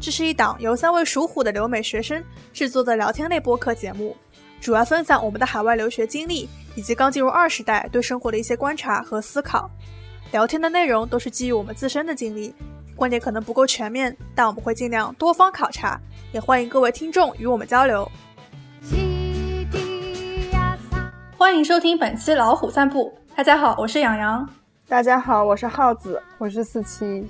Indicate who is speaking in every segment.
Speaker 1: 这是一档由三位属虎的留美学生制作的聊天类播客节目，主要分享我们的海外留学经历，以及刚进入二十代对生活的一些观察和思考。聊天的内容都是基于我们自身的经历，观点可能不够全面，但我们会尽量多方考察，也欢迎各位听众与我们交流。欢迎收听本期老虎散步。大家好，我是养羊。
Speaker 2: 大家好，我是耗子，我是四七。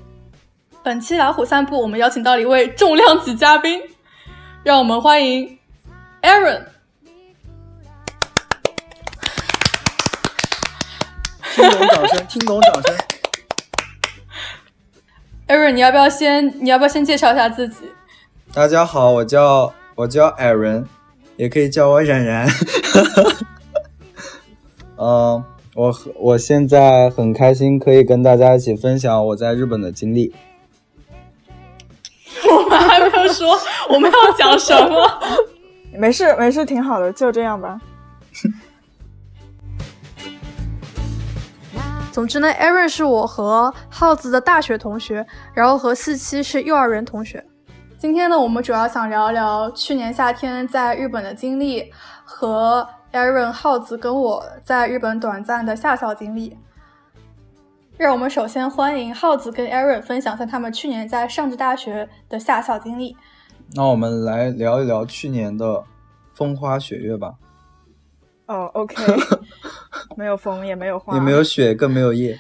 Speaker 1: 本期老虎散步，我们邀请到了一位重量级嘉宾，让我们欢迎 Aaron。
Speaker 3: 听懂掌声，听懂掌声。
Speaker 1: Aaron，你要不要先你要不要先介绍一下自己？
Speaker 3: 大家好，我叫我叫艾伦，也可以叫我冉 冉。嗯，我和我现在很开心，可以跟大家一起分享我在日本的经历。
Speaker 1: 我们还没有说我们要讲什么。
Speaker 2: 没事没事，挺好的，就这样吧。
Speaker 1: 总之呢，Aaron 是我和耗子的大学同学，然后和四七是幼儿园同学。今天呢，我们主要想聊聊去年夏天在日本的经历和 Aaron 耗子跟我在日本短暂的夏校经历。让我们首先欢迎耗子跟 Aaron 分享一下他们去年在上智大学的夏校经历。
Speaker 3: 那我们来聊一聊去年的风花雪月吧，
Speaker 2: 哦、o k 没有风也没有花，
Speaker 3: 也没有雪，更没有夜。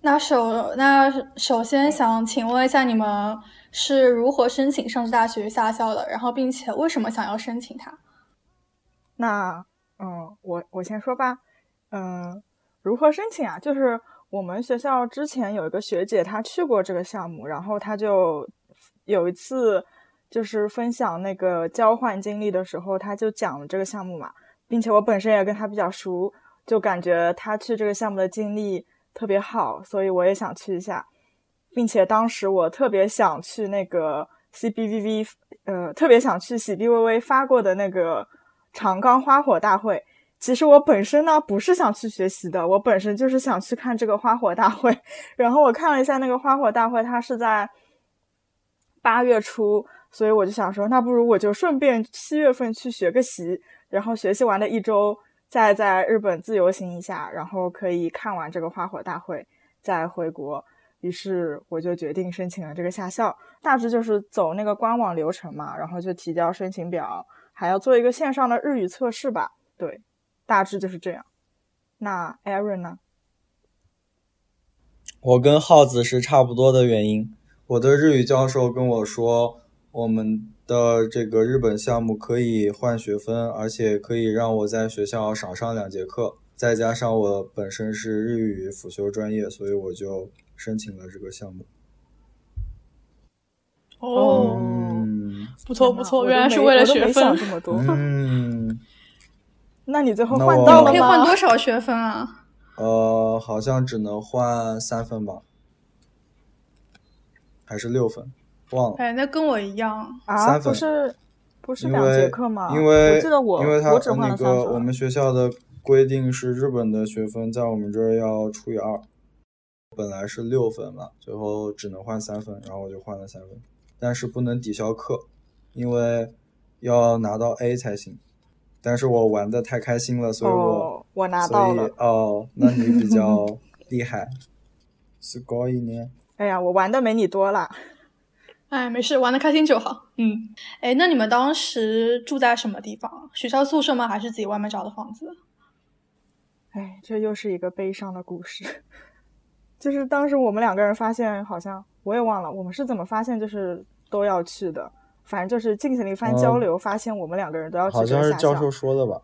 Speaker 1: 那首那首先想请问一下，你们是如何申请上智大学夏校的？然后，并且为什么想要申请它？
Speaker 2: 那嗯，我我先说吧，嗯，如何申请啊？就是我们学校之前有一个学姐，她去过这个项目，然后她就有一次就是分享那个交换经历的时候，她就讲了这个项目嘛，并且我本身也跟她比较熟，就感觉她去这个项目的经历特别好，所以我也想去一下，并且当时我特别想去那个 CBVV，呃，特别想去喜碧薇薇发过的那个。长冈花火大会。其实我本身呢不是想去学习的，我本身就是想去看这个花火大会。 然后我看了一下那个花火大会，它是在八月初，所以我就想说，那不如我就顺便七月份去学个习，然后学习完的一周再在日本自由行一下，然后可以看完这个花火大会再回国。于是我就决定申请了这个夏校，大致就是走那个官网流程嘛，然后就提交申请表。还要做一个线上的日语测试吧，对，大致就是这样。那 Aaron 呢？
Speaker 3: 我跟耗子是差不多的原因。我的日语教授跟我说，我们的这个日本项目可以换学分，而且可以让我在学校少上两节课。再加上我本身是日语辅修专业，所以我就申请了这个项目。
Speaker 2: 哦
Speaker 3: 嗯
Speaker 1: 不
Speaker 2: 天
Speaker 1: 错
Speaker 2: 呐
Speaker 1: 不错，
Speaker 2: 我都
Speaker 1: 原来是
Speaker 2: 没
Speaker 1: 为了
Speaker 2: 我都
Speaker 1: 学
Speaker 2: 没想
Speaker 1: 分。
Speaker 2: 这么多。
Speaker 3: 嗯，
Speaker 2: 那你最后
Speaker 3: 那
Speaker 2: 换
Speaker 3: 我
Speaker 2: 到
Speaker 3: 我
Speaker 2: 了
Speaker 1: 可以换
Speaker 2: 吗
Speaker 1: 多少学分啊？
Speaker 3: 呃，好像只能换三分吧，还是六分，忘了。
Speaker 1: 哎，那跟我一样。
Speaker 2: 啊？
Speaker 3: 三
Speaker 2: 不
Speaker 3: 分
Speaker 2: 是不是
Speaker 3: 因
Speaker 2: 两节
Speaker 3: 为
Speaker 2: 课吗？
Speaker 3: 因为
Speaker 2: 我记得我
Speaker 3: 因为他
Speaker 2: 我只换
Speaker 3: 那
Speaker 2: 了三
Speaker 3: 个
Speaker 2: 分
Speaker 3: 我们学校的规定是日本的学分在我们这儿要除以二，本来是六分嘛，最后只能换三分，然后我就换了三分，但是不能抵消课，因为要拿到 A 才行。但是我玩的太开心了，所以我、
Speaker 2: 哦，我拿
Speaker 3: 所
Speaker 2: 到
Speaker 3: 以
Speaker 2: 了。
Speaker 3: 哦，那你比较厉害，すごいね。
Speaker 2: 哎呀，我玩的没你多啦。
Speaker 1: 哎，没事，玩的开心就好。嗯，哎，那你们当时住在什么地方？学校宿舍吗？还是自己外面找的房子？
Speaker 2: 哎，这又是一个悲伤的故事。 就是当时我们两个人发现，好像我也忘了我们是怎么发现，就是都要去的。反正就是进行了一番交
Speaker 3: 嗯
Speaker 2: 流，发现我们两个人都要去
Speaker 3: 好
Speaker 2: 这
Speaker 3: 像
Speaker 2: 个
Speaker 3: 是
Speaker 2: 夏
Speaker 3: 教
Speaker 2: 校
Speaker 3: 授说的吧？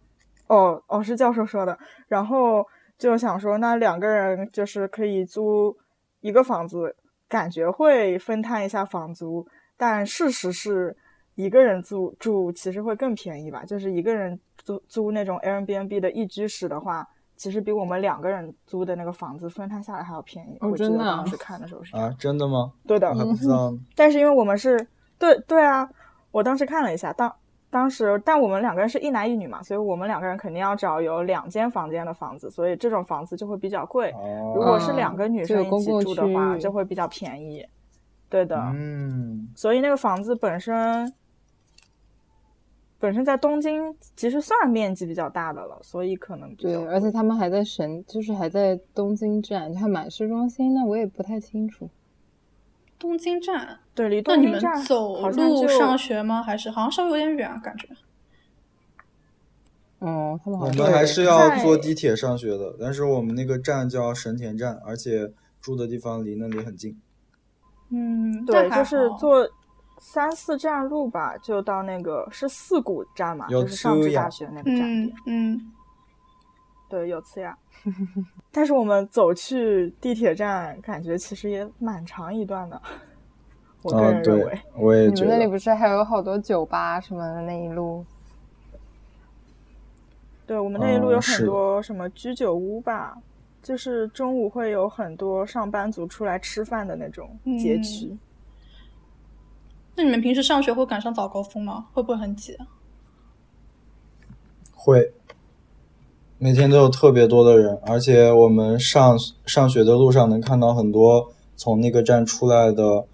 Speaker 2: 哦哦，是教授说的。然后就想说，那两个人就是可以租一个房子，感觉会分摊一下房租，但事实是一个人住住其实会更便宜吧。就是一个人租租那种 Airbnb 的一居室的话，其实比我们两个人租的那个房子分摊下来还要便宜。
Speaker 4: 哦
Speaker 2: 我记
Speaker 4: 真
Speaker 2: 得
Speaker 4: 的啊嗯
Speaker 2: 当时看的时候是这样
Speaker 3: 啊，真的吗？
Speaker 2: 对的，
Speaker 3: 我还不知道呢。
Speaker 2: 但是因为我们是对对啊，我当时看了一下，当当时但我们两个人是一男一女嘛，所以我们两个人肯定要找有两间房间的房子，所以这种房子就会比较贵。
Speaker 3: 哦，
Speaker 2: 如果是
Speaker 4: 嗯
Speaker 2: 两个女
Speaker 4: 就有
Speaker 2: 生一
Speaker 4: 公
Speaker 2: 起
Speaker 4: 共
Speaker 2: 住的
Speaker 4: 区
Speaker 2: 话，
Speaker 4: 域
Speaker 2: 就会比较便宜。对的，
Speaker 3: 嗯，
Speaker 2: 所以那个房子本身本身在东京其实算面积比较大的了，所以可能比
Speaker 4: 对
Speaker 2: 较，
Speaker 4: 而且他们还在神，就是还在东京站，就还满市中心那我也不太清楚。
Speaker 1: 东京站，
Speaker 2: 对离
Speaker 1: 那
Speaker 2: 东
Speaker 1: 你
Speaker 2: 京
Speaker 1: 们
Speaker 2: 站
Speaker 1: 走
Speaker 2: 好像
Speaker 1: 路
Speaker 2: 就
Speaker 1: 上学吗？还是好像稍微有点远啊，感觉。
Speaker 4: 哦，他们好
Speaker 3: 我
Speaker 4: 像
Speaker 3: 们还
Speaker 4: 在
Speaker 3: 是要
Speaker 2: 在
Speaker 3: 坐地铁上学的，但是我们那个站叫神田站，而且住的地方离那里很近。
Speaker 1: 嗯，
Speaker 2: 对，
Speaker 1: 那还
Speaker 2: 就是
Speaker 1: 好
Speaker 2: 坐三四站路吧，就到那个是四谷站嘛，
Speaker 3: 有
Speaker 2: 就是上智
Speaker 3: 次呀
Speaker 2: 大学那个站。
Speaker 1: 嗯嗯，
Speaker 2: 对，有次呀。 但是我们走去地铁站，感觉其实也蛮长一段的。我个
Speaker 3: 啊，
Speaker 2: 人认为，
Speaker 3: 对，我也
Speaker 4: 你
Speaker 3: 觉
Speaker 4: 们那里
Speaker 3: 得。
Speaker 4: 不是还有好多酒吧什么的那一路？
Speaker 2: 对我们那一路有
Speaker 3: 嗯是
Speaker 2: 很
Speaker 3: 的
Speaker 2: 多什么居酒屋吧，就是中午会有很多上班族出来吃饭的那种街
Speaker 1: 嗯
Speaker 2: 区。
Speaker 1: 那你们平时上学会赶上早高峰吗？会不会很挤啊？
Speaker 3: 会，每天都有特别多的人，而且我们上上学的路上能看到很多从那个站出来的，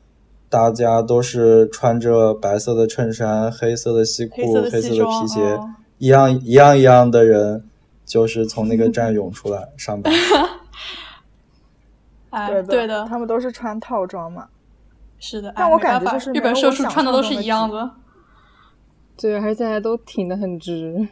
Speaker 3: 大家都是穿着白色的衬衫、黑色的西裤、
Speaker 1: 黑色的
Speaker 3: 黑
Speaker 1: 西
Speaker 3: 色的
Speaker 1: 装
Speaker 3: 皮鞋，
Speaker 1: 哦
Speaker 3: 一样一样一样的人，就是从那个站涌出来上班。
Speaker 1: 哎，
Speaker 2: 对
Speaker 1: 对的，
Speaker 2: 他们都是穿套装嘛。
Speaker 1: 是的。哎
Speaker 2: 但我
Speaker 1: 没
Speaker 2: 感
Speaker 1: 办
Speaker 2: 觉
Speaker 1: 法
Speaker 2: 就是
Speaker 1: 日
Speaker 2: 没
Speaker 1: 本
Speaker 2: 有
Speaker 1: 社
Speaker 2: 我
Speaker 1: 畜
Speaker 2: 想
Speaker 1: 穿的都
Speaker 2: 象中
Speaker 1: 是
Speaker 2: 的
Speaker 1: 一样
Speaker 2: 挤
Speaker 1: 的。
Speaker 4: 对，而且还都挺得很直。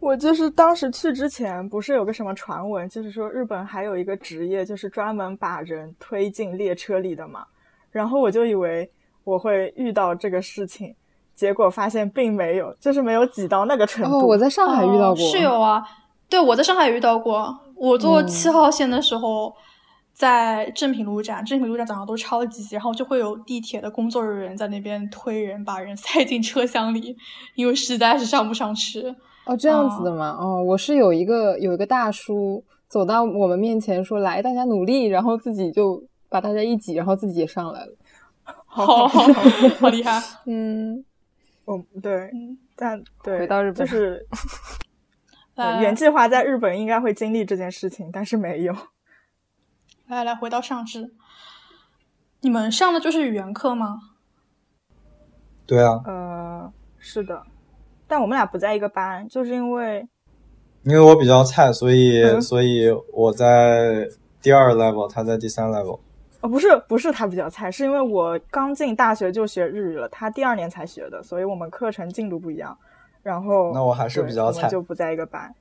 Speaker 2: 我就是当时去之前，不是有个什么传闻，就是说日本还有一个职业，就是专门把人推进列车里的嘛。然后我就以为我会遇到这个事情，结果发现并没有，就是没有挤到那个程
Speaker 4: 哦，
Speaker 2: 度。
Speaker 4: 我在上海遇到过，
Speaker 1: 哦是有啊，对，我在上海也遇到过。我坐
Speaker 4: 嗯
Speaker 1: 七号线的时候，在正品路站，正品路站早上都超级挤，然后就会有地铁的工作人员在那边推人，把人塞进车厢里，因为实在是上不上去。
Speaker 4: 哦，这样子的吗？哦，我是有一个有一个大叔走到我们面前说：“来，大家努力。”然后自己就把大家一挤，然后自己也上来了。
Speaker 1: 好 好好厉害！
Speaker 4: 嗯，
Speaker 2: 我对，
Speaker 1: 嗯，
Speaker 2: 但对，
Speaker 4: 回到日本
Speaker 2: 就是对
Speaker 1: 来
Speaker 2: 原计划在日本应该会经历这件事情，但是没有。
Speaker 1: 来来，回到上肢，你们上的就是语言课吗？
Speaker 3: 对啊，
Speaker 2: 呃，是的，但我们俩不在一个班，就是因为
Speaker 3: 因为我比较菜，所以、
Speaker 2: 嗯
Speaker 3: 所以我在第二 level，他在第三 level。
Speaker 2: 哦，不是不是他比较菜，是因为我刚进大学就学日语了，他第二年才学的，所以我们课程进度不一样。然后
Speaker 3: 那我还是
Speaker 2: 对
Speaker 3: 比较
Speaker 2: 我们
Speaker 3: 菜
Speaker 2: 就不在一 个班。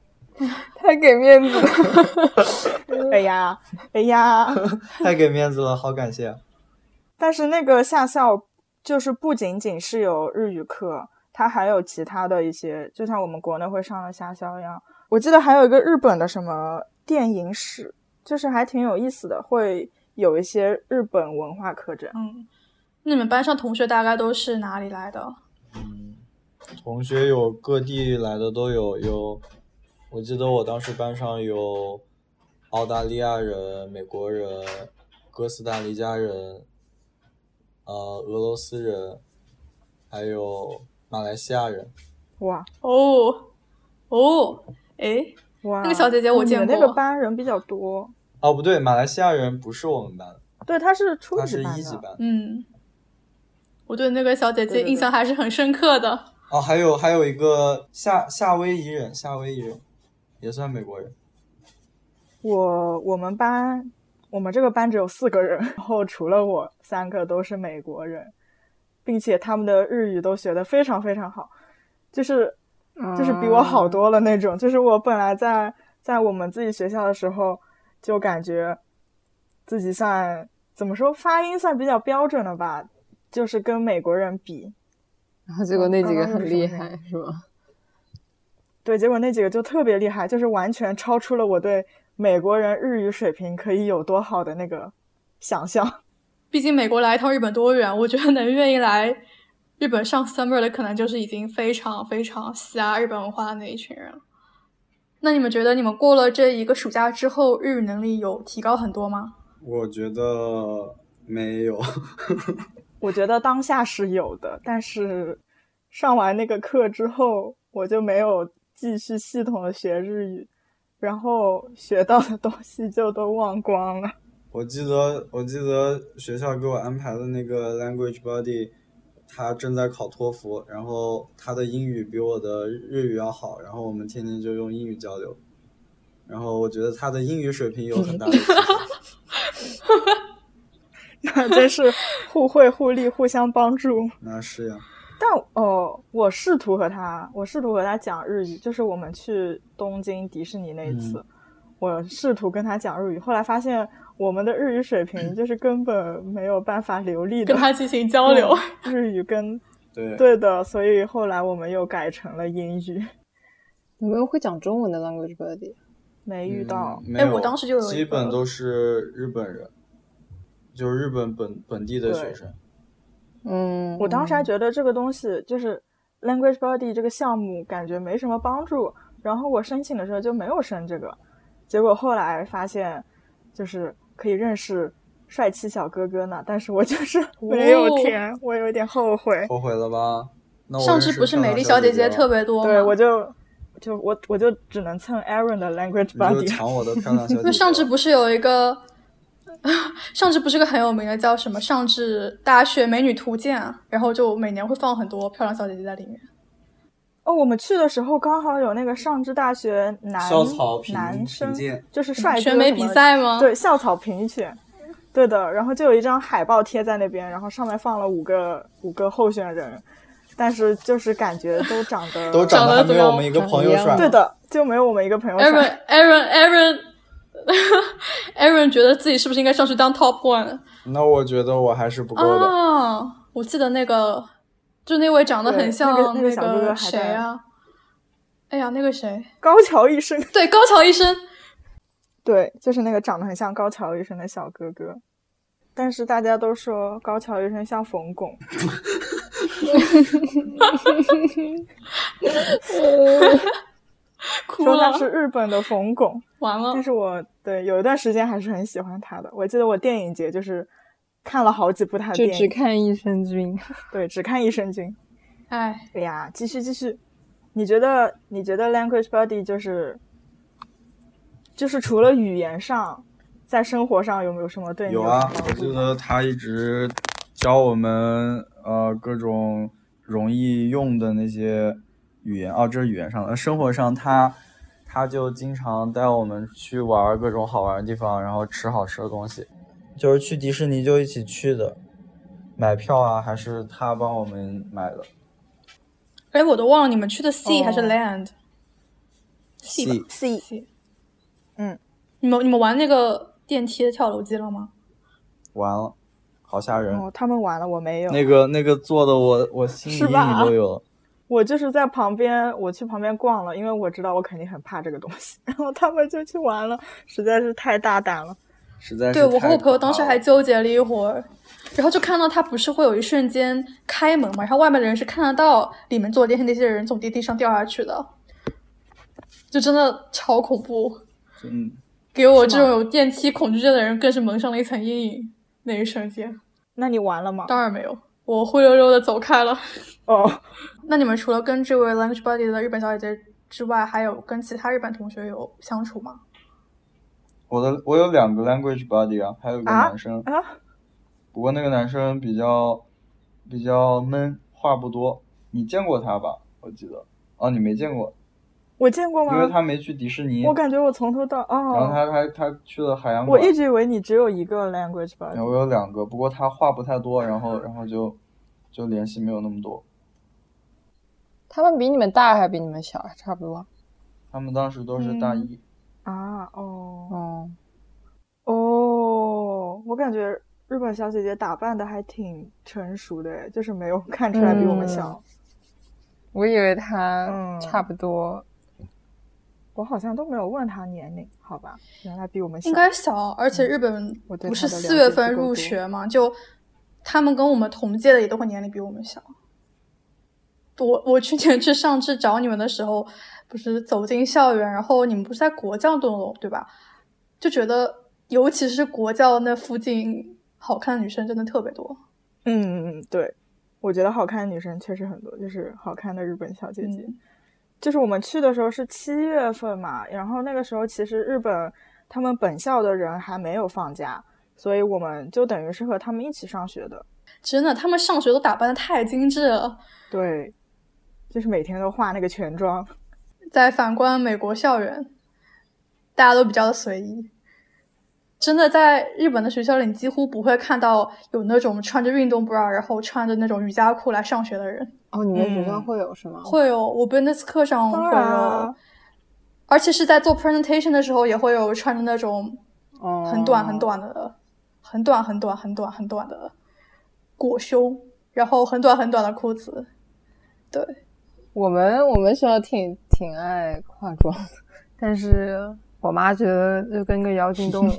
Speaker 4: 太给面子了。
Speaker 2: 哎呀，哎 呀！
Speaker 3: 太给面子了，好感谢。啊
Speaker 2: 但是那个下校就是不仅仅是有日语课，它还有其他的一些，就像我们国内会上的下校一样。我记得还有一个日本的什么电影史，就是还挺有意思的，会有一些日本文化课程。
Speaker 1: 嗯，那你们班上同学大概都是哪里来的？
Speaker 3: 同学有各地来的都有，有，我记得我当时班上有澳大利亚人、美国人、哥斯达黎加人，呃，俄罗斯人，还有马来西亚人。
Speaker 2: 哇
Speaker 1: 哦哦，诶。
Speaker 2: 哇，哦
Speaker 1: 那个小姐姐我
Speaker 2: 你
Speaker 1: 见
Speaker 2: 们那
Speaker 1: 过
Speaker 2: 个班人比较多，
Speaker 3: 哦，不对，马来西亚人不是我们班的，
Speaker 2: 对，他是初
Speaker 3: 他
Speaker 2: 级
Speaker 3: 是
Speaker 2: 班
Speaker 3: 一级
Speaker 2: 的。
Speaker 3: 班。
Speaker 1: 嗯，我对那个小姐
Speaker 2: 对
Speaker 1: 姐
Speaker 2: 对对
Speaker 1: 印象还是很深刻的。
Speaker 3: 哦，还有还有一个夏夏威夷人，夏威夷人也算美国人。
Speaker 2: 我我们班，我们这个班只有四个人，然后除了我，三个都是美国人，并且他们的日语都学得非常非常好，就是就是比我
Speaker 3: 嗯
Speaker 2: 好多了那种。就是我本来在在我们自己学校的时候，就感觉自己算怎么说发音算比较标准的吧，就是跟美国人比，
Speaker 4: 然后结哦果那几个
Speaker 2: 刚刚
Speaker 4: 很
Speaker 2: 是
Speaker 4: 厉
Speaker 2: 什么
Speaker 4: 害，是吗？
Speaker 2: 对，结果那几个就特别厉害，就是完全超出了我对美国人日语水平可以有多好的那个想象。
Speaker 1: 毕竟美国来一趟日本多远，我觉得能愿意来日本上 summer 的，可能就是已经非常非常喜爱日本文化的那一群人了。那你们觉得你们过了这一个暑假之后，日语能力有提高很多吗？
Speaker 3: 我觉得没有。
Speaker 2: 我觉得当下是有的，但是上完那个课之后，我就没有继续系统的学日语，然后学到的东西就都忘光了。
Speaker 3: 我记得我记得学校给我安排的那个 language buddy，他正在考托福，然后他的英语比我的日语要好，然后我们天天就用英语交流，然后我觉得他的英语水平有很大的提 升。
Speaker 2: 那真是互惠互利，互相帮助。
Speaker 3: 那是呀，
Speaker 2: 但哦，我试图和他，我试图和他讲日语，就是我们去东京迪士尼那一次，
Speaker 3: 嗯
Speaker 2: 我试图跟他讲日语，后来发现我们的日语水平就是根本没有办法流利的
Speaker 1: 跟他进行交流。
Speaker 2: 日语跟
Speaker 3: 对，
Speaker 2: 对的，所以后来我们又改成了英语，
Speaker 4: 有没有会讲中文的 language buddy？
Speaker 2: 没遇到。
Speaker 3: 嗯、没有
Speaker 1: 我当时就有一个
Speaker 3: 基本都是日本人，就是日本本本地的学生。
Speaker 4: 嗯，
Speaker 2: 我当时还觉得这个东西就是 language body 这个项目感觉没什么帮助，然后我申请的时候就没有申这个，结果后来发现就是可以认识帅气小哥哥呢，但是我就是没有填，我有点后悔。
Speaker 3: 后悔了吧？那我
Speaker 1: 哎上
Speaker 3: 认
Speaker 1: 次
Speaker 3: 识
Speaker 1: 不是
Speaker 3: 漂
Speaker 1: 美
Speaker 3: 亮
Speaker 1: 丽
Speaker 3: 小
Speaker 1: 小
Speaker 3: 姐
Speaker 1: 姐姐
Speaker 3: 了
Speaker 1: 特别多吗？
Speaker 2: 对，我就就我我就只能蹭 Aaron 的 language
Speaker 3: 你就
Speaker 2: body，
Speaker 3: 抢我的漂亮小姐姐了。
Speaker 1: 那上智不是有一个， 上智不是个很有名的叫什么上智大学美女图鉴啊，然后就每年会放很多漂亮小姐姐在里面。
Speaker 2: 哦，我们去的时候刚好有那个上智大学男
Speaker 3: 校草评
Speaker 2: 男生
Speaker 3: 评鉴，
Speaker 2: 就是帅哥
Speaker 1: 选美
Speaker 2: 什么
Speaker 1: 比赛吗
Speaker 2: 对，校草评选，对的。然后就有一张海报贴在那边，然后上面放了五个五个候选人，但是就是感觉都长得
Speaker 3: 都长
Speaker 1: 长
Speaker 3: 得
Speaker 1: 得
Speaker 3: 还
Speaker 1: 怎么
Speaker 3: 没有
Speaker 1: 样
Speaker 3: 我们一个
Speaker 4: 长
Speaker 3: 朋
Speaker 4: 得一
Speaker 3: 友
Speaker 4: 样
Speaker 3: 帅。
Speaker 4: 吗
Speaker 2: 对的，就没有我们一个朋友帅。
Speaker 1: Aaron Aaron Aaron Aaron 觉得自己是不是应该上去当 top one
Speaker 3: 那我觉得我还是不够的。
Speaker 1: 啊？我记得那个，就那位长得
Speaker 2: 对
Speaker 1: 很像
Speaker 2: 那个那个小哥哥还
Speaker 1: 谁
Speaker 2: 在
Speaker 1: 啊？哎呀，那个谁，
Speaker 2: 高桥医生，
Speaker 1: 对，高桥医生，
Speaker 2: 对，就是那个长得很像高桥医生的小哥哥。但是大家都说高桥医生像冯巩，
Speaker 1: 哭
Speaker 2: 说他
Speaker 1: 了，
Speaker 2: 是日本的冯巩。
Speaker 1: 完了
Speaker 2: 但，是我对有一段时间还是很喜欢他的。我记得我电影节就是看了好几部他的
Speaker 4: 就
Speaker 2: 电
Speaker 4: 只
Speaker 2: 影，
Speaker 4: 看益生菌。
Speaker 2: 对，只看《益生菌》。
Speaker 1: 哎，
Speaker 2: 哎呀，继续继续，你觉得你觉得 language body 就是就是除了语言上，在生活上有没有什么对你
Speaker 3: 有
Speaker 2: 有
Speaker 3: 啊，
Speaker 2: 什么
Speaker 3: 我
Speaker 2: 帮助
Speaker 3: 记得他一直教我们呃各种容易用的那些语言哦，这是语言上的。呃生活上他他就经常带我们去玩各种好玩的地方，然后吃好吃的东西。就是去迪士尼就一起去的，买票啊还是他帮我们买的。
Speaker 1: 哎，我都忘了你们去的 sea 还是
Speaker 2: 哦
Speaker 1: land？吧
Speaker 3: C
Speaker 2: C，
Speaker 1: 你们你们玩那个电梯的跳楼机了吗？
Speaker 3: 完了，好吓人。
Speaker 2: 哦，他们玩了，我没有。
Speaker 3: 那个那个做的我我心里
Speaker 2: 是
Speaker 3: 阴影
Speaker 2: 吧
Speaker 3: 都有了。
Speaker 2: 我就是在旁边，我去旁边逛了，因为我知道我肯定很怕这个东西。 然后他们就去玩了，实在是太大胆了。
Speaker 3: 实在是
Speaker 1: 对我和
Speaker 3: 太
Speaker 1: 我朋友
Speaker 3: 可
Speaker 1: 当时
Speaker 3: 怕
Speaker 1: 还
Speaker 3: 了
Speaker 1: 纠结了一会儿，然后就看到他不是会有一瞬间开门嘛，然后外面的人是看得到里面坐电梯那些人从电梯上掉下去的，就真的超恐怖，
Speaker 3: 嗯。
Speaker 1: 给我
Speaker 2: 是
Speaker 1: 这
Speaker 2: 吗
Speaker 1: 种有电梯恐惧症的人更是蒙上了一层阴影。那一瞬间，
Speaker 2: 那你玩了吗？
Speaker 1: 当然没有，我灰溜溜的走开了。
Speaker 2: 哦，
Speaker 1: 那你们除了跟这位 language buddy 的日本小姐姐之外，还有跟其他日本同学有相处吗？
Speaker 3: 我的我有两个 language buddy 啊，还有一个
Speaker 2: 啊
Speaker 3: 男生，
Speaker 2: 啊，
Speaker 3: 不过那个男生比较比较闷，话不多。你见过他吧？我记得，哦，你没见过，
Speaker 2: 我见过
Speaker 3: 因为
Speaker 2: 吗？
Speaker 3: 他没去迪士尼。
Speaker 2: 我感觉我从头到
Speaker 3: 然后
Speaker 2: 哦，
Speaker 3: 他他他嗯去了海洋
Speaker 2: 我
Speaker 3: 馆。
Speaker 2: 一直以为你只有一个 language
Speaker 3: 然后
Speaker 2: body。
Speaker 3: 我有两个，不过他话不太多，然后然后就就联系没有那么多。
Speaker 4: 他们比你们大还比你们小？差不多。
Speaker 3: 他们当时都是大一，
Speaker 2: 啊，哦。
Speaker 4: 哦，
Speaker 2: 哦，我感觉日本小姐姐打扮的还挺成熟的诶，就是没有 看出来比我
Speaker 1: 嗯
Speaker 2: 们小。
Speaker 4: 我以为他
Speaker 2: 嗯
Speaker 4: 差不多。
Speaker 2: 我好像都没有问她年龄，好吧？原来比我们小。
Speaker 1: 应该小，而且日本
Speaker 2: 嗯我对
Speaker 1: 不
Speaker 2: 他
Speaker 1: 是
Speaker 2: 的了
Speaker 1: 四
Speaker 2: 解
Speaker 1: 月
Speaker 2: 不
Speaker 1: 份
Speaker 2: 够
Speaker 1: 入
Speaker 2: 多
Speaker 1: 学嘛，就他们跟我们同届的也都会年龄比我们小。我我去年去上智找你们的时候，不是走进校园，然后你们不是在国教栋楼对吧？就觉得尤其是国教那附近，好看的女生真的特别多。
Speaker 2: 嗯嗯，对，我觉得好看的女生确实很多，就是好看的日本小姐姐。
Speaker 1: 嗯
Speaker 2: 就是我们去的时候是七月份嘛，然后那个时候其实日本他们本校的人还没有放假，所以我们就等于是和他们一起上学的。
Speaker 1: 真的，他们上学都打扮的太精致了。
Speaker 2: 对，就是每天都化那个全妆。
Speaker 1: 再反观美国校园，大家都比较的随意。真的，在日本的学校里，你几乎不会看到有那种穿着运动 bra，然后穿着那种瑜伽裤来上学的人。
Speaker 4: 哦，你们学校会有是吗？
Speaker 1: 会有，我们那次课上哦会有，
Speaker 2: 当然啊
Speaker 1: 而且是在做 presentation 的时候，也会有穿着那种
Speaker 4: 哦，
Speaker 1: 很短很短的、很短很短很短很短的裹胸，然后很短很短的裤子。对，
Speaker 4: 我们我们学校挺挺爱化妆的， 但是我妈觉得就跟个妖精洞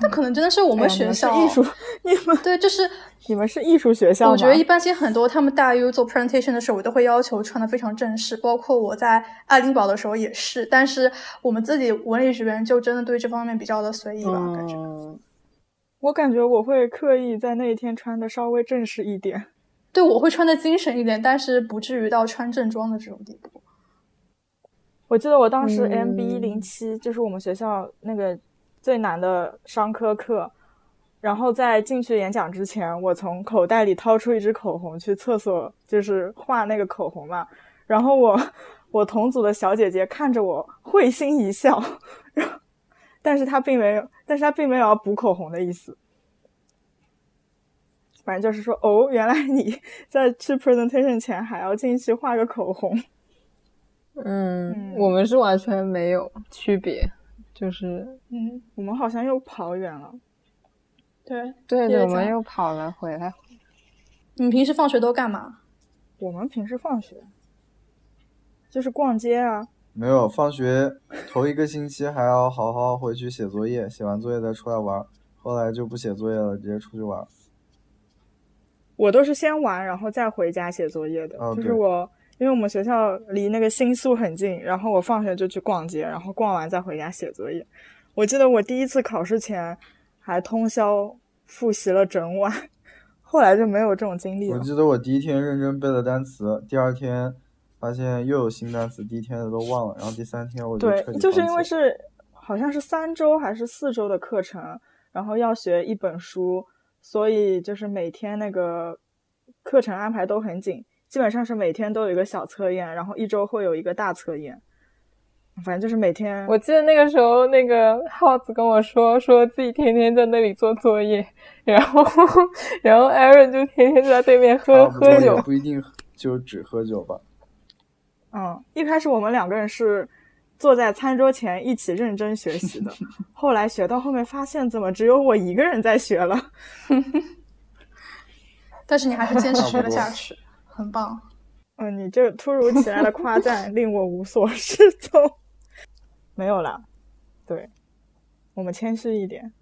Speaker 1: 那可能真的是我
Speaker 2: 我
Speaker 1: 们学校、
Speaker 2: 艺术，你们
Speaker 1: 对，就是
Speaker 2: 你们是艺术学校吗？
Speaker 1: 我觉得一般性很多他们大 U 做 presentation 的时候，我都会要求穿的非常正式，包括我在爱丁堡的时候也是。但是我们自己文理学院就真的对这方面比较的随意吧，感觉。
Speaker 4: 嗯，
Speaker 2: 我感觉我会刻意在那一天穿的稍微正式一点。
Speaker 1: 对，我会穿的精神一点，但是不至于到穿正装的这种地步。
Speaker 2: 我记得我当时
Speaker 4: 嗯
Speaker 2: MB 一零七就是我们学校那个最难的商科课，然后在进去演讲之前，我从口袋里掏出一支口红去厕所，就是画那个口红嘛。然后我 我同组的小姐姐看着我会心一笑，然后但是她并没有，但是她并没有要补口红的意思。反正就是说，哦，原来你 在去 presentation 前还要进去画个口红。
Speaker 4: 嗯
Speaker 2: 嗯，
Speaker 4: 我们是完全没有区别，就是
Speaker 1: 嗯，
Speaker 2: 我们好像又跑远了。
Speaker 1: 对。对
Speaker 4: 对对，我
Speaker 1: 这
Speaker 4: 们
Speaker 1: 样
Speaker 4: 又跑了回来。
Speaker 1: 你们平时放学都干嘛？
Speaker 2: 我们平时放学就是逛街啊，
Speaker 3: 没有，放学头一个星期还要好好回去写作业，写完作业再出来玩儿。后来就不写作业了，直接出去玩儿。
Speaker 2: 我都是先玩，然后再回家写作业的。
Speaker 3: 哦
Speaker 2: 就是
Speaker 3: 对
Speaker 2: 我，因为我们学校离那个新宿很近，然后我放学就去逛街，然后逛完再回家写作业。我记得我第一次考试前还通宵复习了整晚，后来就没有这种经历
Speaker 3: 我
Speaker 2: 了。
Speaker 3: 记得我第一天认真背了单词，第二天发现又有新单词，第一天的都忘了，然后第三天我就
Speaker 2: 对
Speaker 3: 彻底，
Speaker 2: 就是
Speaker 3: 放
Speaker 2: 因为
Speaker 3: 弃
Speaker 2: 是好像是三周还是四周的课程，然后要学一本书，所以就是每天那个课程安排都很紧，基本上是每天都有一个小测验，然后一周会有一个大测验，反正就是每天
Speaker 4: 我记得那个时候，那个耗子跟我说，说自己天天在那里做作业， 然后然后 Aaron 就天天就在对面喝
Speaker 3: 差不多
Speaker 4: 喝酒
Speaker 3: 也。不一定就只喝酒吧。
Speaker 2: 嗯，一开始我们两个人是坐在餐桌前一起认真学习的，后来学到后面发现怎么只有我一个人在学了。
Speaker 1: 但是你还是坚持
Speaker 3: 差不
Speaker 1: 学了
Speaker 3: 多
Speaker 1: 下去，很棒。
Speaker 2: 嗯，你这突如其来的夸赞令我无所适从。 没有啦，对，我们谦虚一点。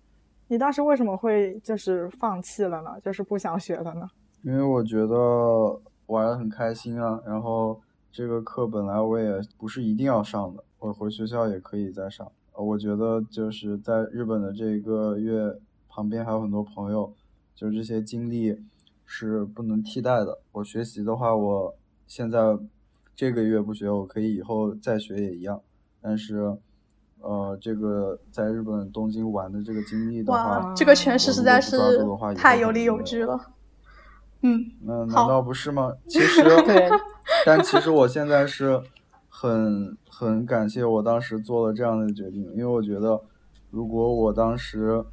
Speaker 2: 你当时为什么会就是放弃了呢？就是不想学了呢？
Speaker 3: 因为我觉得玩的很开心啊，然后这个课本来我也不是一定要上的，我回学校也可以再上。呃我觉得就是在日本的这一个月旁边还有很多朋友，就是这些经历是不能替代的。我学习的话，我现在这个月不学，我可以以后再学也一样。但是，呃，这个在日本东京玩的这个经历的
Speaker 1: 哇
Speaker 3: 话，，
Speaker 1: 这个诠释实在是
Speaker 3: 我如果不抓住的话
Speaker 1: 太
Speaker 3: 以
Speaker 1: 有
Speaker 3: 后可能
Speaker 1: 理
Speaker 3: 就
Speaker 1: 有
Speaker 3: 没
Speaker 1: 据了。嗯，
Speaker 3: 那难
Speaker 1: 好
Speaker 3: 道不是吗？其实
Speaker 4: 对，
Speaker 3: 但其实我现在是很很感谢我当时做了这样的决定，因为我觉得如果我当时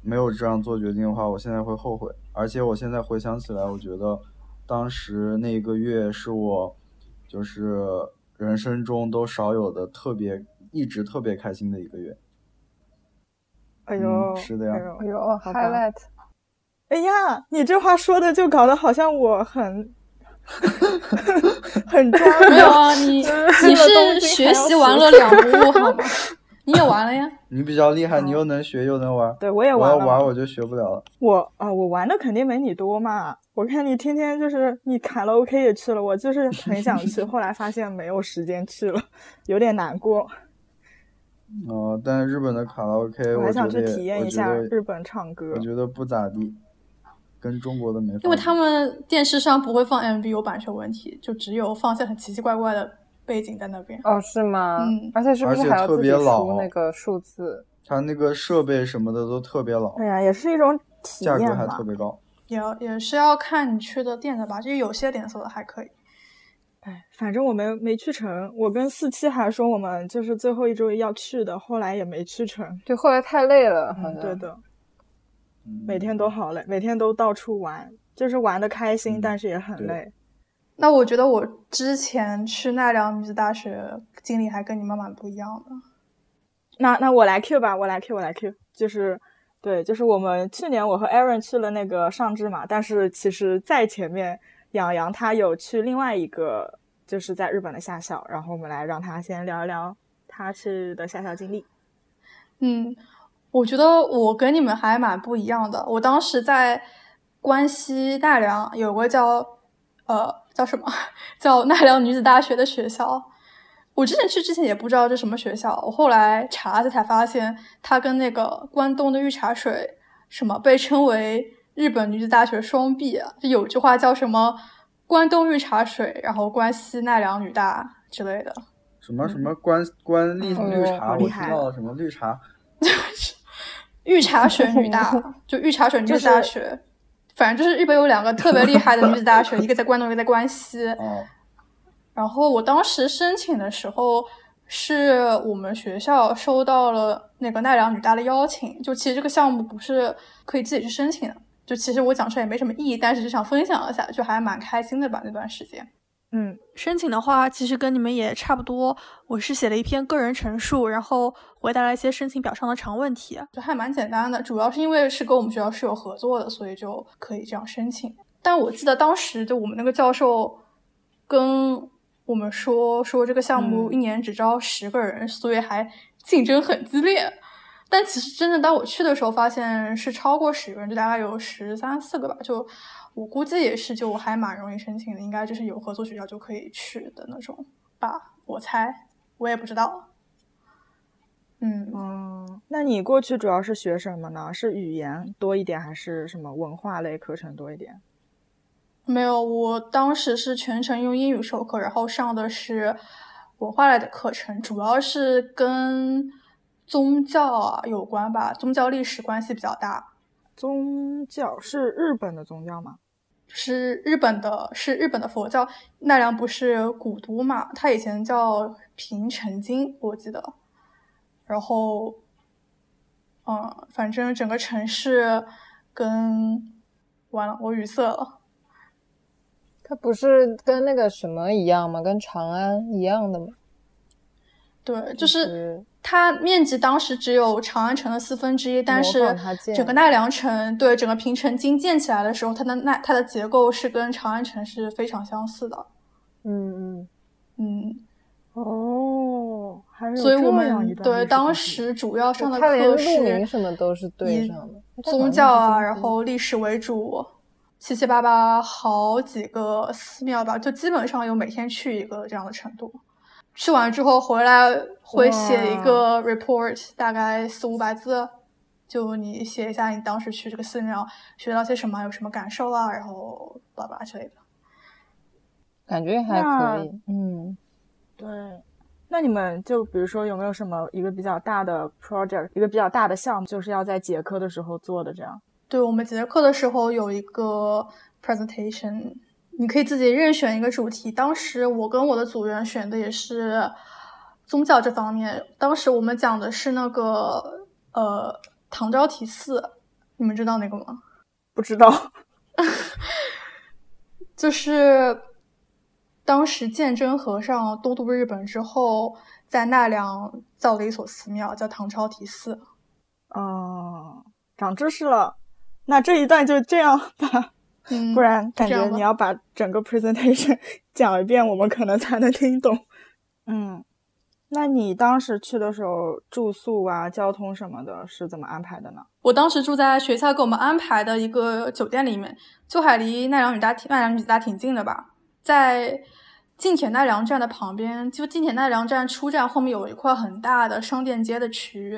Speaker 3: 没有这样做决定的话，我现在会后悔。而且我现在回想起来，我觉得当时那一个月是我就是人生中都少有的特别一直特别开心的一个月。
Speaker 2: 哎
Speaker 3: 嗯
Speaker 2: 呦，
Speaker 3: 是的呀
Speaker 2: 哎呦，
Speaker 4: 有
Speaker 2: 吧
Speaker 4: highlight，
Speaker 2: 哎呀，你这话说的就搞得好像我很 很专
Speaker 1: 没有
Speaker 2: 业。
Speaker 1: 啊，你你
Speaker 2: 去了
Speaker 1: 是
Speaker 2: 东京
Speaker 1: 学
Speaker 2: 还要
Speaker 1: 习
Speaker 2: 学
Speaker 1: 玩乐两不误 好吗？你也玩了呀？
Speaker 3: 你比较厉害，你又能学又能玩。
Speaker 2: 哦对，我也
Speaker 3: 我
Speaker 2: 玩
Speaker 3: 要
Speaker 2: 了
Speaker 3: 玩我就学不了了。
Speaker 2: 我啊、我玩的肯定没你多嘛。我看你天天就是你卡拉 OK 也去了，我就是很想 去，后来发现没有时间去了，有点难过。
Speaker 3: 哦、但日本的卡拉 OK
Speaker 2: 我还
Speaker 3: 觉
Speaker 2: 想去
Speaker 3: 得也
Speaker 2: 体验
Speaker 3: 我
Speaker 2: 一
Speaker 3: 觉
Speaker 2: 下
Speaker 3: 得
Speaker 2: 日本唱歌
Speaker 3: 我。觉得不咋地，跟中国的没法比。
Speaker 1: 因为他们电视上不会放 MV 有版权问题，就只有放一些很奇奇怪怪的背景在那边。
Speaker 4: 哦，是吗？
Speaker 1: 嗯
Speaker 4: 而且是不
Speaker 3: 而
Speaker 4: 是
Speaker 3: 且
Speaker 4: 还要
Speaker 3: 特
Speaker 4: 自己
Speaker 3: 别老
Speaker 4: 输那个数字？
Speaker 3: 它那个设备什么的都特别老，
Speaker 2: 对哎呀、也是一种体
Speaker 3: 价格
Speaker 2: 验
Speaker 3: 还
Speaker 2: 嘛
Speaker 3: 特。别高。
Speaker 1: 也也是要看你去的店的吧，就有些连锁的还可以。
Speaker 2: 哎，反正我们没去成。我跟四七还说我们就是最后一周要去的，后来也没去成。
Speaker 4: 对，后来太累
Speaker 3: 啊
Speaker 4: 了，好
Speaker 2: 嗯，
Speaker 4: 像
Speaker 2: 对的，
Speaker 3: 嗯
Speaker 2: 每天都好累，每天都到处玩，就是玩的开心，
Speaker 3: 嗯
Speaker 2: 但是也很
Speaker 3: 对
Speaker 2: 累。
Speaker 1: 那我觉得我之前去奈良女子大学经历还跟你们蛮不一样的。
Speaker 2: 那那我来 Q 吧，我来 Q，我来 Q，就是对，就是我们去年我和 Aaron 去了那个上智嘛，但是其实在前面养羊他有去另外一个就是在日本的下校，然后我们来让他先聊一聊他去的下校经历。
Speaker 1: 嗯，我觉得我跟你们还蛮不一样的。我当时在关西奈良有个叫呃叫什么 叫奈良女子大学的学校，我之前去之前也不知道这什么学校，我后来查了一下才发现，它跟那个关东的御茶水什么被称为日本女子大学双璧啊，就有句话叫什么关东御茶水，然后关西奈良女大之类的。
Speaker 3: 什么什么关关绿
Speaker 4: 嗯
Speaker 3: 绿茶，
Speaker 2: 嗯哦好
Speaker 3: 我
Speaker 2: 厉
Speaker 3: 听
Speaker 2: 害
Speaker 3: 到了什么绿 茶，
Speaker 1: 御茶水女 大，就御茶水女子大学，反正就是日本有两个特别厉害的女子 大学，一个在关东，一个在关西。
Speaker 3: 哦，
Speaker 1: 然后我当时申请的时候，是我们学校收到了那个奈良女大的邀请，就其实这个项目不是可以自己去申请的，就其实我讲出来也没什么意义，但是就想分享一下，就还蛮开心的吧那段时间。
Speaker 2: 嗯，
Speaker 1: 申请的话，其实跟你们也差不多。我是写了一篇个人陈述，然后回答了一些申请表上的长问题，就还蛮简单的。主要是因为是跟我们学校是有合作的，所以就可以这样申请。但我记得当时就我们那个教授跟我们说，说这个项目
Speaker 2: 嗯
Speaker 1: 一年只招十个人，所以还竞争很激烈。但其实真正当我去的时候，发现是超过十个人，就大概有十三四个吧。就我估计也是，就还蛮容易申请的，应该就是有合作学校就可以去的那种吧，我猜，我也不知道。嗯，
Speaker 2: 嗯，那你过去主要是学什么呢？是语言多一点，还是什么文化类课程多一点？
Speaker 1: 没有，我当时是全程用英语授课，然后上的是文化类的课程，主要是跟宗教啊有关吧，宗教历史关系比较大。
Speaker 2: 宗教是日本的宗教吗？
Speaker 1: 是日本的，是日本的佛教。奈良不是古都嘛？它以前叫平城京，我记得。然后，嗯，反正整个城市跟完了，我语塞了。
Speaker 4: 它不是跟那个什么一样吗？跟长安一样的吗？
Speaker 1: 对，
Speaker 4: 就
Speaker 1: 就是是它面积当时只有长安城的四分之一，但
Speaker 4: 模
Speaker 1: 是
Speaker 4: 仿它建
Speaker 1: 整个奈良城，对整个平城京建起来的时候，它的奈它的结构是跟长安城是非常相似的。
Speaker 4: 嗯嗯，
Speaker 1: 嗯，
Speaker 2: 哦，还有
Speaker 1: 所以我
Speaker 2: 这样
Speaker 1: 们
Speaker 2: 一段历
Speaker 1: 对
Speaker 2: 史
Speaker 1: 当
Speaker 2: 关系
Speaker 1: 时主要上的
Speaker 4: 嗯它连
Speaker 1: 课
Speaker 4: 路
Speaker 1: 是
Speaker 4: 名什么都是对
Speaker 1: 以
Speaker 4: 上的，
Speaker 1: 宗教啊，
Speaker 4: 它好像是
Speaker 1: 然后历史为主，七七八八好几个寺庙吧，就基本上有每天去一个这样的程度。去完之后回来会写一个 report，大概四五百字，就你写一下你当时去这个寺庙学到些什么，有什么感受啊，然后巴拉巴拉之类的。
Speaker 4: 感觉还可以，嗯。
Speaker 2: 对，那你们就比如说有没有什么一个比较大的 project，一个比较大的项目，就是要在结课的时候做的这样？
Speaker 1: 对我们结课的时候有一个 presentation，你可以自己任选一个主题。当时我跟我的组员选的也是宗教这方面。当时我们讲的是那个呃唐招提寺，你们知道那个吗？
Speaker 2: 不知道，
Speaker 1: 就是当时鉴真和尚东渡日本之后，在奈良造了一所寺庙，叫唐招提寺。
Speaker 2: 哦，长知识了。那这一段就这样吧，
Speaker 1: 嗯，
Speaker 2: 不然感
Speaker 1: 这样
Speaker 2: 觉
Speaker 1: 吧
Speaker 2: 你要把整个 presentation 讲一遍，我们可能才能听懂。嗯，那你当时去的时候，住宿啊、交通什么的，是怎么安排的呢？
Speaker 1: 我当时住在学校给我们安排的一个酒店里面，就还离奈良女大挺奈良女子大挺近的吧，在近铁奈良站的旁边，就近铁奈良站出站后面有一块很大的商店街的区域，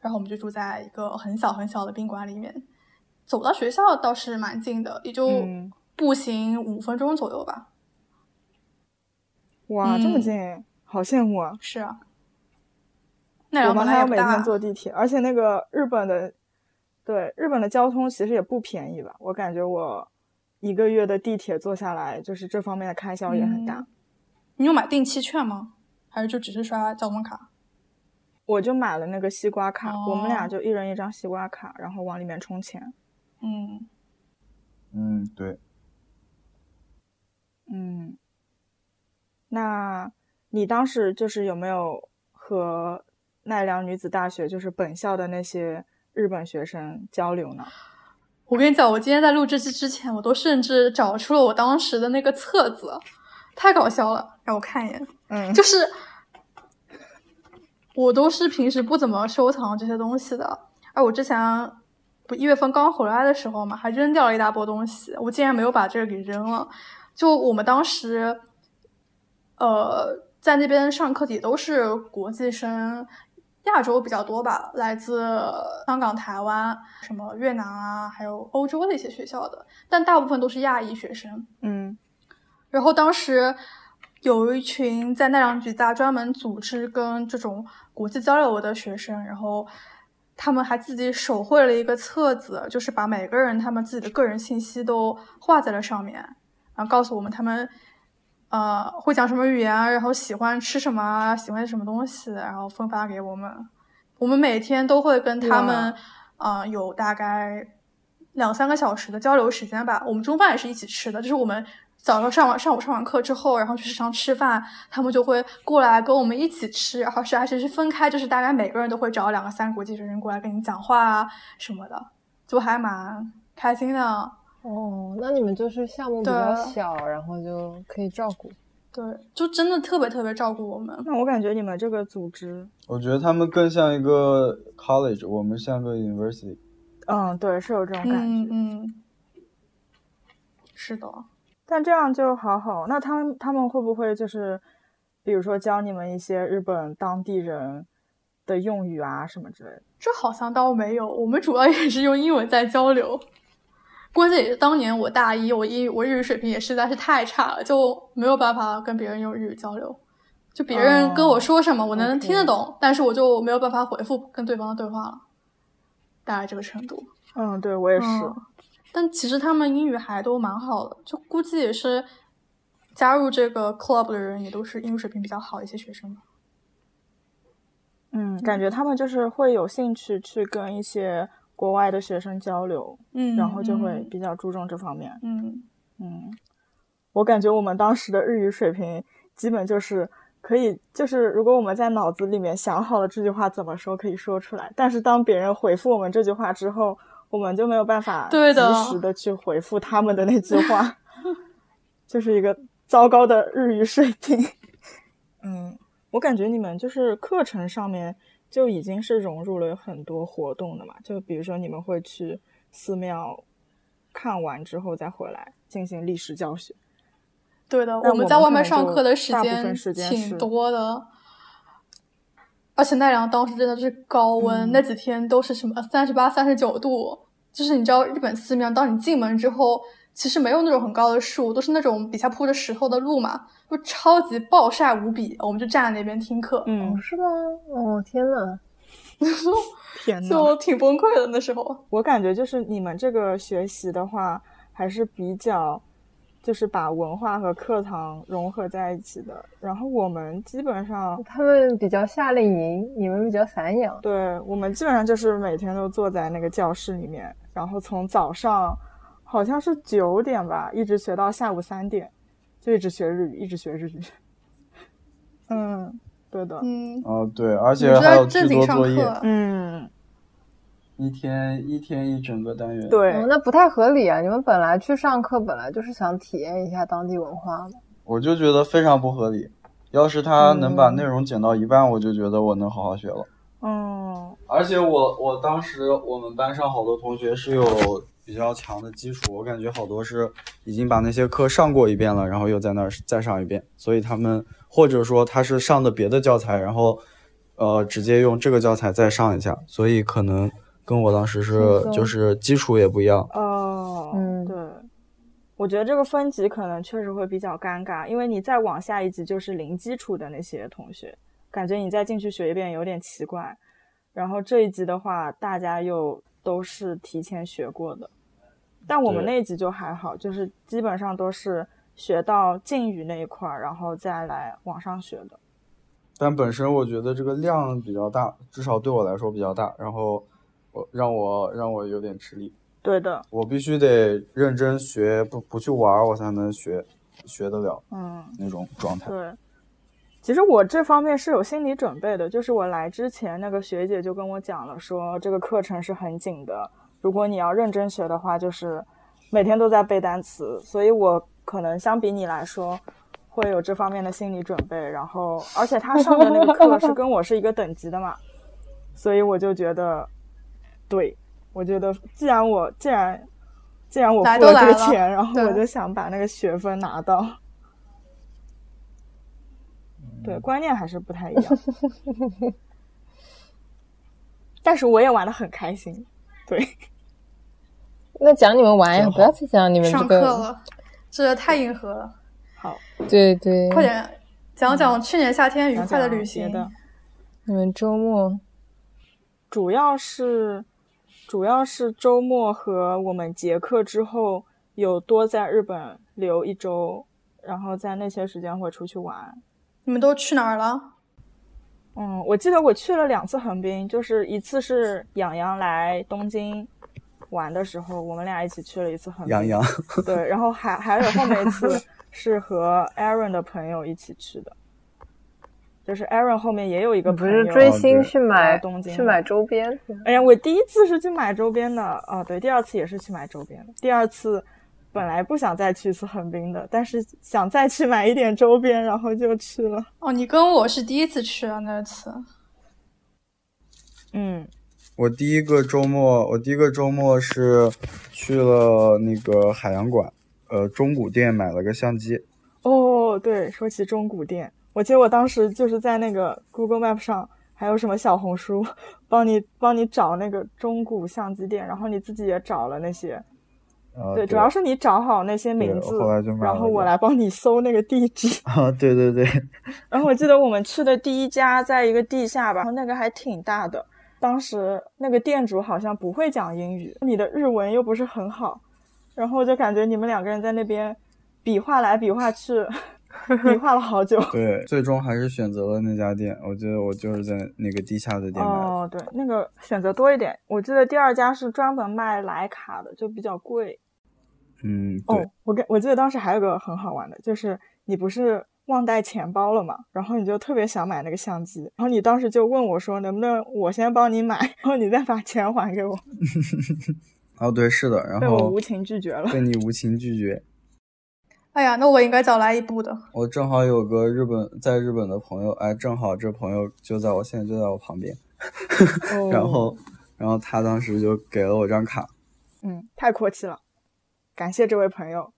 Speaker 1: 然后我们就住在一个很小很小的宾馆里面，走到学校倒是蛮近的，也就
Speaker 2: 嗯
Speaker 1: 步行五分钟左右吧。
Speaker 2: 哇，这么
Speaker 1: 嗯
Speaker 2: 近，好羡慕啊！
Speaker 1: 是啊，奈良
Speaker 2: 我们
Speaker 1: 本来
Speaker 2: 还
Speaker 1: 也
Speaker 2: 要
Speaker 1: 不
Speaker 2: 每
Speaker 1: 大
Speaker 2: 天，坐地铁，而且那个日本的，对日本的交通其实也不便宜吧？我感觉我一个月的地铁坐下来，就是这方面的开销也很大。
Speaker 1: 嗯你有买定期券吗？还是就只是刷交通卡？
Speaker 2: 我就买了那个西瓜卡，我们俩
Speaker 1: 哦
Speaker 2: 就一人一张西瓜卡，然后往里面充钱。
Speaker 1: 嗯，
Speaker 3: 嗯，对，
Speaker 2: 嗯，那你当时就是有没有和奈良女子大学就是本校的那些日本学生交流呢？
Speaker 1: 我跟你讲，我今天在录这期之前，我都甚至找出了我当时的那个册子，太搞笑了，让我看一眼。
Speaker 2: 嗯，
Speaker 1: 就是我都是平时不怎么收藏这些东西的。哎，我之前不一月份刚回来的时候嘛，还扔掉了一大波东西，我竟然没有把这个给扔了。就我们当时，呃，在那边上课的也都是国际生。亚洲比较多吧，来自香港、台湾、什么越南啊，还有欧洲的一些学校的，但大部分都是亚裔学生。
Speaker 2: 嗯
Speaker 1: 然后当时有一群在奈良局大专门组织跟这种国际交流的学生，然后他们还自己手绘了一个册子，就是把每个人他们自己的个人信息都画在了上面，然后告诉我们他们。呃，会讲什么语言啊？然后喜欢吃什么啊？喜欢什么东西？然后分发给我们。我们每天都会跟他们，呃，有大概两三个小时的交流时间吧。我们中饭也是一起吃的，就是我们早上上完上午上完课之后，然后去食堂吃饭，他们就会过来跟我们一起吃，然后是而且是分开，就是大概每个人都会找两个三个国际学生过来跟你讲话啊什么的，就还蛮开心的。啊
Speaker 4: 哦，那你们就是项目比
Speaker 1: 对
Speaker 4: 较
Speaker 1: 啊
Speaker 4: 小，然后就可以照顾。
Speaker 1: 对，就真的特别特别照顾我们。
Speaker 2: 那我感觉你们这个组织，
Speaker 3: 我觉得他们更像一个 college，我们像个 university。
Speaker 2: 嗯，对，是有这种感觉。
Speaker 1: 嗯嗯，是的。
Speaker 2: 但这样就好好。那他们他们会不会就是，比如说教你们一些日本当地人的用语啊什么之类的？
Speaker 1: 这好像倒没有，我们主要也是用英文在交流。关键也是当年我大一，我英我日语水平也实在是太差了，就没有办法跟别人用日语交流。就别人跟我说什么，我能
Speaker 2: 哦 OK
Speaker 1: 听得懂但是我就没有办法回复跟对方的对话了，大概这个程度。
Speaker 2: 嗯，对我也是。
Speaker 1: 嗯但其实他们英语还都蛮好的，就估计也是加入这个 club 的人也都是英语水平比较好的一些学生吧。
Speaker 2: 嗯，感觉他们就是会有兴趣去跟一些国外的学生交流，
Speaker 1: 嗯
Speaker 2: 然后就会比较注重这方面。
Speaker 1: 嗯
Speaker 2: 嗯，我感觉我们当时的日语水平基本就是可以，就是如果我们在脑子里面想好了这句话怎么说，可以说出来。但是当别人回复我们这句话之后，我们就没有办法
Speaker 1: 对的
Speaker 2: 及时的去回复他们的那句话， 就是一个糟糕的日语水平。 嗯，我感觉你们就是课程上面就已经是融入了很多活动的嘛，就比如说你们会去寺庙看完之后再回来进行历史教学。
Speaker 1: 对的，
Speaker 2: 但
Speaker 1: 我们
Speaker 2: 我
Speaker 1: 在
Speaker 2: 们
Speaker 1: 外
Speaker 2: 可
Speaker 1: 面
Speaker 2: 能
Speaker 1: 上
Speaker 2: 就
Speaker 1: 课的时
Speaker 2: 大部
Speaker 1: 间
Speaker 2: 分时间是
Speaker 1: 挺多的，而且奈良当时真的是高温，
Speaker 2: 嗯
Speaker 1: 那几天都是什么三十八、三十九度，就是你知道日本寺庙，当你进门之后，其实没有那种很高的树，都是那种底下铺着石头的路嘛，就超级暴晒无比，我们就站在那边听课，
Speaker 2: 嗯
Speaker 4: 哦，，是吗？哦，天呐，
Speaker 2: 天呐，
Speaker 1: 就挺崩溃的那时候。
Speaker 2: 我感觉就是你们这个学习的话，还是比较就是把文化和课堂融合在一起的。然后我们基本上，
Speaker 4: 他们比较夏令营，你们比较散养。
Speaker 2: 对我们基本上就是每天都坐在那个教室里面，然后从早上好像是九点吧，一直学到下午三点，就一直学日语，一直学日语。 嗯，对的，
Speaker 1: 嗯，
Speaker 3: 哦，对，而
Speaker 1: 你
Speaker 3: 且
Speaker 1: 们
Speaker 3: 还
Speaker 1: 在
Speaker 3: 有
Speaker 1: 正
Speaker 3: 巨
Speaker 1: 经
Speaker 3: 多
Speaker 1: 上
Speaker 3: 作业，
Speaker 1: 课，
Speaker 2: 嗯，
Speaker 3: 一天一天一整个单元。
Speaker 2: 对，
Speaker 4: 哦，那不太合理啊！你们本来去上课，本来就是想体验一下当地文化嘛。
Speaker 3: 我就觉得非常不合理。要是他能把
Speaker 2: 嗯
Speaker 3: 内容剪到一半，我就觉得我能好好学了。
Speaker 2: 嗯。
Speaker 3: 而且我我当时我们班上好多同学是有比较强的基础，我感觉好多是已经把那些课上过一遍了，然后又在那儿再上一遍，所以他们或者说他是上的别的教材，然后呃直接用这个教材再上一下，所以可能跟我当时
Speaker 4: 轻
Speaker 3: 是
Speaker 4: 松
Speaker 3: 就是基础也不一样。
Speaker 2: 哦，
Speaker 4: 嗯
Speaker 2: 对，我觉得这个分级可能确实会比较尴尬，因为你再往下一级就是零基础的那些同学，感觉你再进去学一遍有点奇怪。然后这一集的话，大家又都是提前学过的，但我们
Speaker 3: 对
Speaker 2: 那一集就还好，就是基本上都是学到敬语那一块儿，然后再来往上学的。
Speaker 3: 但本身我觉得这个量比较大，至少对我来说比较大，然后我让我让我有点吃力，
Speaker 2: 对的，
Speaker 3: 我必须得认真学，不不去玩儿我才能学学得了
Speaker 2: 嗯。
Speaker 3: 那种状态。
Speaker 2: 对，其实我这方面是有心理准备的，就是我来之前那个学姐就跟我讲了说，这个课程是很紧的，如果你要认真学的话，就是每天都在背单词，所以我可能相比你来说。会有这方面的心理准备，然后而且他上的那个课是跟我是一个等级的嘛，所以我就觉得，对，我觉得既然我既然既然我
Speaker 1: 来
Speaker 2: 付
Speaker 1: 都
Speaker 2: 这
Speaker 1: 来
Speaker 2: 个
Speaker 1: 了
Speaker 2: 钱，然后
Speaker 1: 对
Speaker 2: 我就想把那个学分拿到。对，观念还是不太一样。但是我也玩的很开心，
Speaker 4: 那讲你们玩呀，
Speaker 3: 真好
Speaker 4: 不要再讲你们这
Speaker 1: 上课
Speaker 4: 个。
Speaker 1: 了，这太硬核了，
Speaker 2: 好，
Speaker 4: 对对，
Speaker 1: 快点讲讲去年夏天愉快的旅
Speaker 2: 讲
Speaker 1: 行。
Speaker 2: 讲别的
Speaker 4: 你们周末
Speaker 2: 主要是主要是周末和我们结课之后有多在日本留一周，然后在那些时间会出去玩。
Speaker 1: 你们都去哪儿了？
Speaker 2: 嗯，我记得我去了两次横滨，就是一次是养羊来东京玩的时候，我们俩一起去了一次横滨。
Speaker 3: 杨 洋，
Speaker 2: 对，然后还还有后面一 次是和 Aaron 的朋友一起去的，就是 Aaron 后面也有一个
Speaker 5: 不
Speaker 2: 朋
Speaker 5: 是
Speaker 2: 友。
Speaker 5: 追星哦去买
Speaker 2: 到东京
Speaker 5: 去买周边，
Speaker 2: 哎呀，我第一次是去买周边的，哦，对，第二次也是去买周边的。第二次本来不想再去一次横滨的，但是想再去买一点周边，然后就去了。
Speaker 1: 哦，你跟我是第一次去啊，那次
Speaker 2: 嗯，
Speaker 3: 我第一个周末，我第一个周末是去了那个海洋馆，呃，中古店买了个相机。
Speaker 2: 哦，对，说起中古店，我记得我当时就是在那个 Google Map 上，还有什么小红书，帮你帮你找那个中古相机店，然后你自己也找了那些。
Speaker 3: 呃，
Speaker 2: 对，主要是你找好那些名字
Speaker 3: 对我后来就，买
Speaker 2: 然
Speaker 3: 了
Speaker 2: 后
Speaker 3: 个
Speaker 2: 我来帮你搜那个地址。
Speaker 3: 啊， 对对对，
Speaker 2: 然后我记得我们去的第一家在一个地下吧，然后那个还挺大的。当时那个店主好像不会讲英语，你的日文又不是很好，然后我就感觉你们两个人在那边比划来比划去， 比划了好久。
Speaker 3: 对，最终还是选择了那家店。我觉得我就是在那个地下的店买的。
Speaker 2: 哦，对，那个选择多一点。我记得第二家是专门卖徕卡的，就比较贵。
Speaker 3: 嗯，对，
Speaker 2: 哦，我跟我记得当时还有个很好玩的，就是你不是忘带钱包了嘛，然后你就特别想买那个相机，然后你当时就问我说能不能我先帮你买，然后你再把钱还给我，
Speaker 3: 哦对，是的，然
Speaker 2: 被我
Speaker 3: 后
Speaker 2: 无情拒绝了。
Speaker 3: 被你无情拒绝。
Speaker 1: 哎呀，那我应该早来一步的。
Speaker 3: 我正好有个日本在日本的朋友，哎，正好这朋友就在我现在就在我旁边， 然
Speaker 2: 哦
Speaker 3: 后然后他当时就给了我张卡，
Speaker 2: 嗯，太阔气了，感谢这位朋友，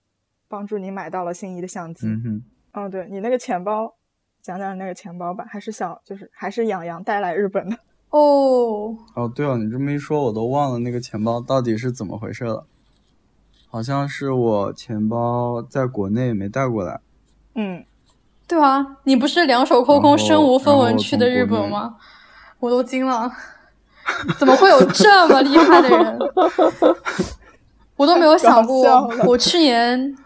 Speaker 2: 帮助你买到了心仪的相机。
Speaker 3: 嗯哼，
Speaker 2: 哦，对你那个钱包，讲讲你那个钱包吧，还是小，就是还是养羊带来日本的。
Speaker 1: 哦，
Speaker 3: 哦对哦，你这么一说，我都忘了那个钱包到底是怎么回事了，好像是我钱包在国内没带过来，
Speaker 2: 嗯，
Speaker 1: 对啊，你不是两手空空、
Speaker 3: 然后
Speaker 1: 身无分文去的日本吗？我都惊了，怎么会有这么厉害的人？我都没有想过
Speaker 2: 搞笑，了
Speaker 1: 我去年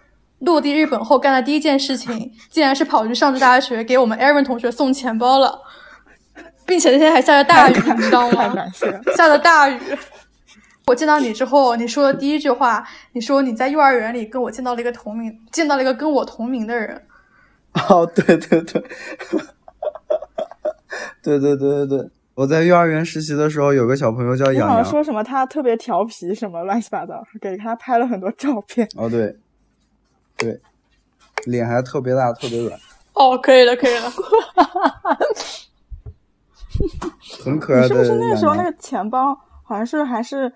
Speaker 1: 落地日本后干的第一件事情，竟然是跑去上智大学给我们 Aaron 同学送钱包了，并且那天还下着大雨，你知道
Speaker 2: 太
Speaker 1: 吗？
Speaker 2: 感谢了。
Speaker 1: 下着大雨。我见到你之后，你说的第一句话，你说你在幼儿园里跟我见到了一个同名，见到了一个跟我同名的人。
Speaker 3: 哦对对对， 对对对对对，我在幼儿园实习的时候，有个小朋友叫
Speaker 2: 你
Speaker 3: 养
Speaker 2: 好像
Speaker 3: 羊，
Speaker 2: 说什么他特别调皮，什么乱七八糟，给他拍了很多照片。
Speaker 3: 哦，对，对，脸还特别大，特别软，
Speaker 1: 哦，可以了，可以了。
Speaker 3: 很可爱
Speaker 2: 是
Speaker 3: 的
Speaker 2: 不
Speaker 3: 羊
Speaker 2: 是
Speaker 3: 羊。
Speaker 2: 那时候那个钱包好像是还是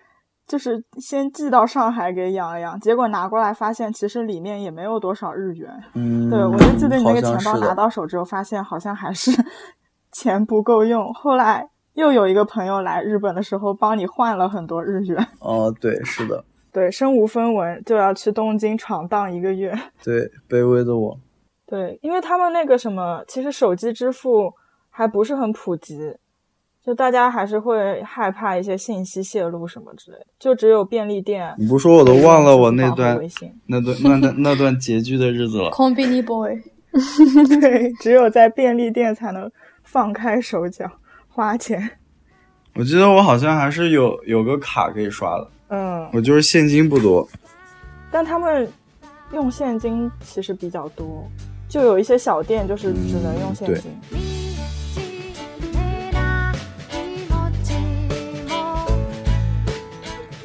Speaker 2: 就是先寄到上海给洋洋，结果拿过来发现其实里面也没有多少日元。
Speaker 3: 嗯，
Speaker 2: 对，我就记得你那个
Speaker 3: 好
Speaker 2: 钱
Speaker 3: 像
Speaker 2: 包
Speaker 3: 是的
Speaker 2: 拿到手之后，发现好像还是钱不够用。后来又有一个朋友来日本的时候，帮你换了很多日元。
Speaker 3: 哦，对，是的，
Speaker 2: 对，身无分文就要去东京闯荡一个月。
Speaker 3: 对，卑微的我，
Speaker 2: 对，因为他们那个什么，其实手机支付还不是很普及，就大家还是会害怕一些信息泄露什么之类的，就只有便利店。
Speaker 3: 你不说我都忘了我 那段
Speaker 2: 微信
Speaker 3: 那段那段那段拮据的日子了。
Speaker 1: c o m b i n i Boy，
Speaker 2: 对，只有在便利店才能放开手脚花钱。
Speaker 3: 我记得我好像还是有有个卡可以刷的，
Speaker 2: 嗯，
Speaker 3: 我就是现金不多。
Speaker 2: 但他们用现金其实比较多，就有一些小店就是只能用现
Speaker 3: 嗯对
Speaker 2: 金。
Speaker 5: 「みちてらいもちも」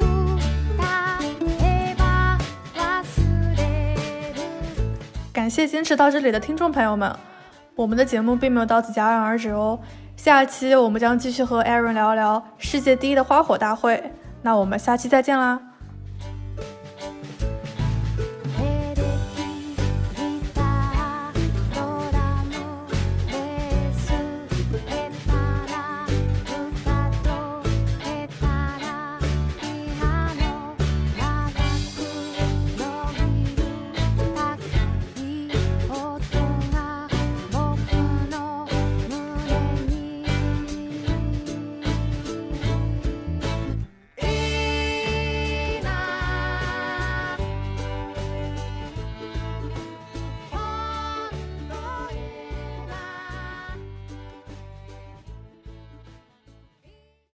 Speaker 5: 「うたえばわすれる」
Speaker 1: 感谢坚持到这里的听众朋友们，我们的节目并没有到此戛然而止哦。下期我们将继续和 Aaron 聊聊世界第一的花火大会，那我们下期再见啦。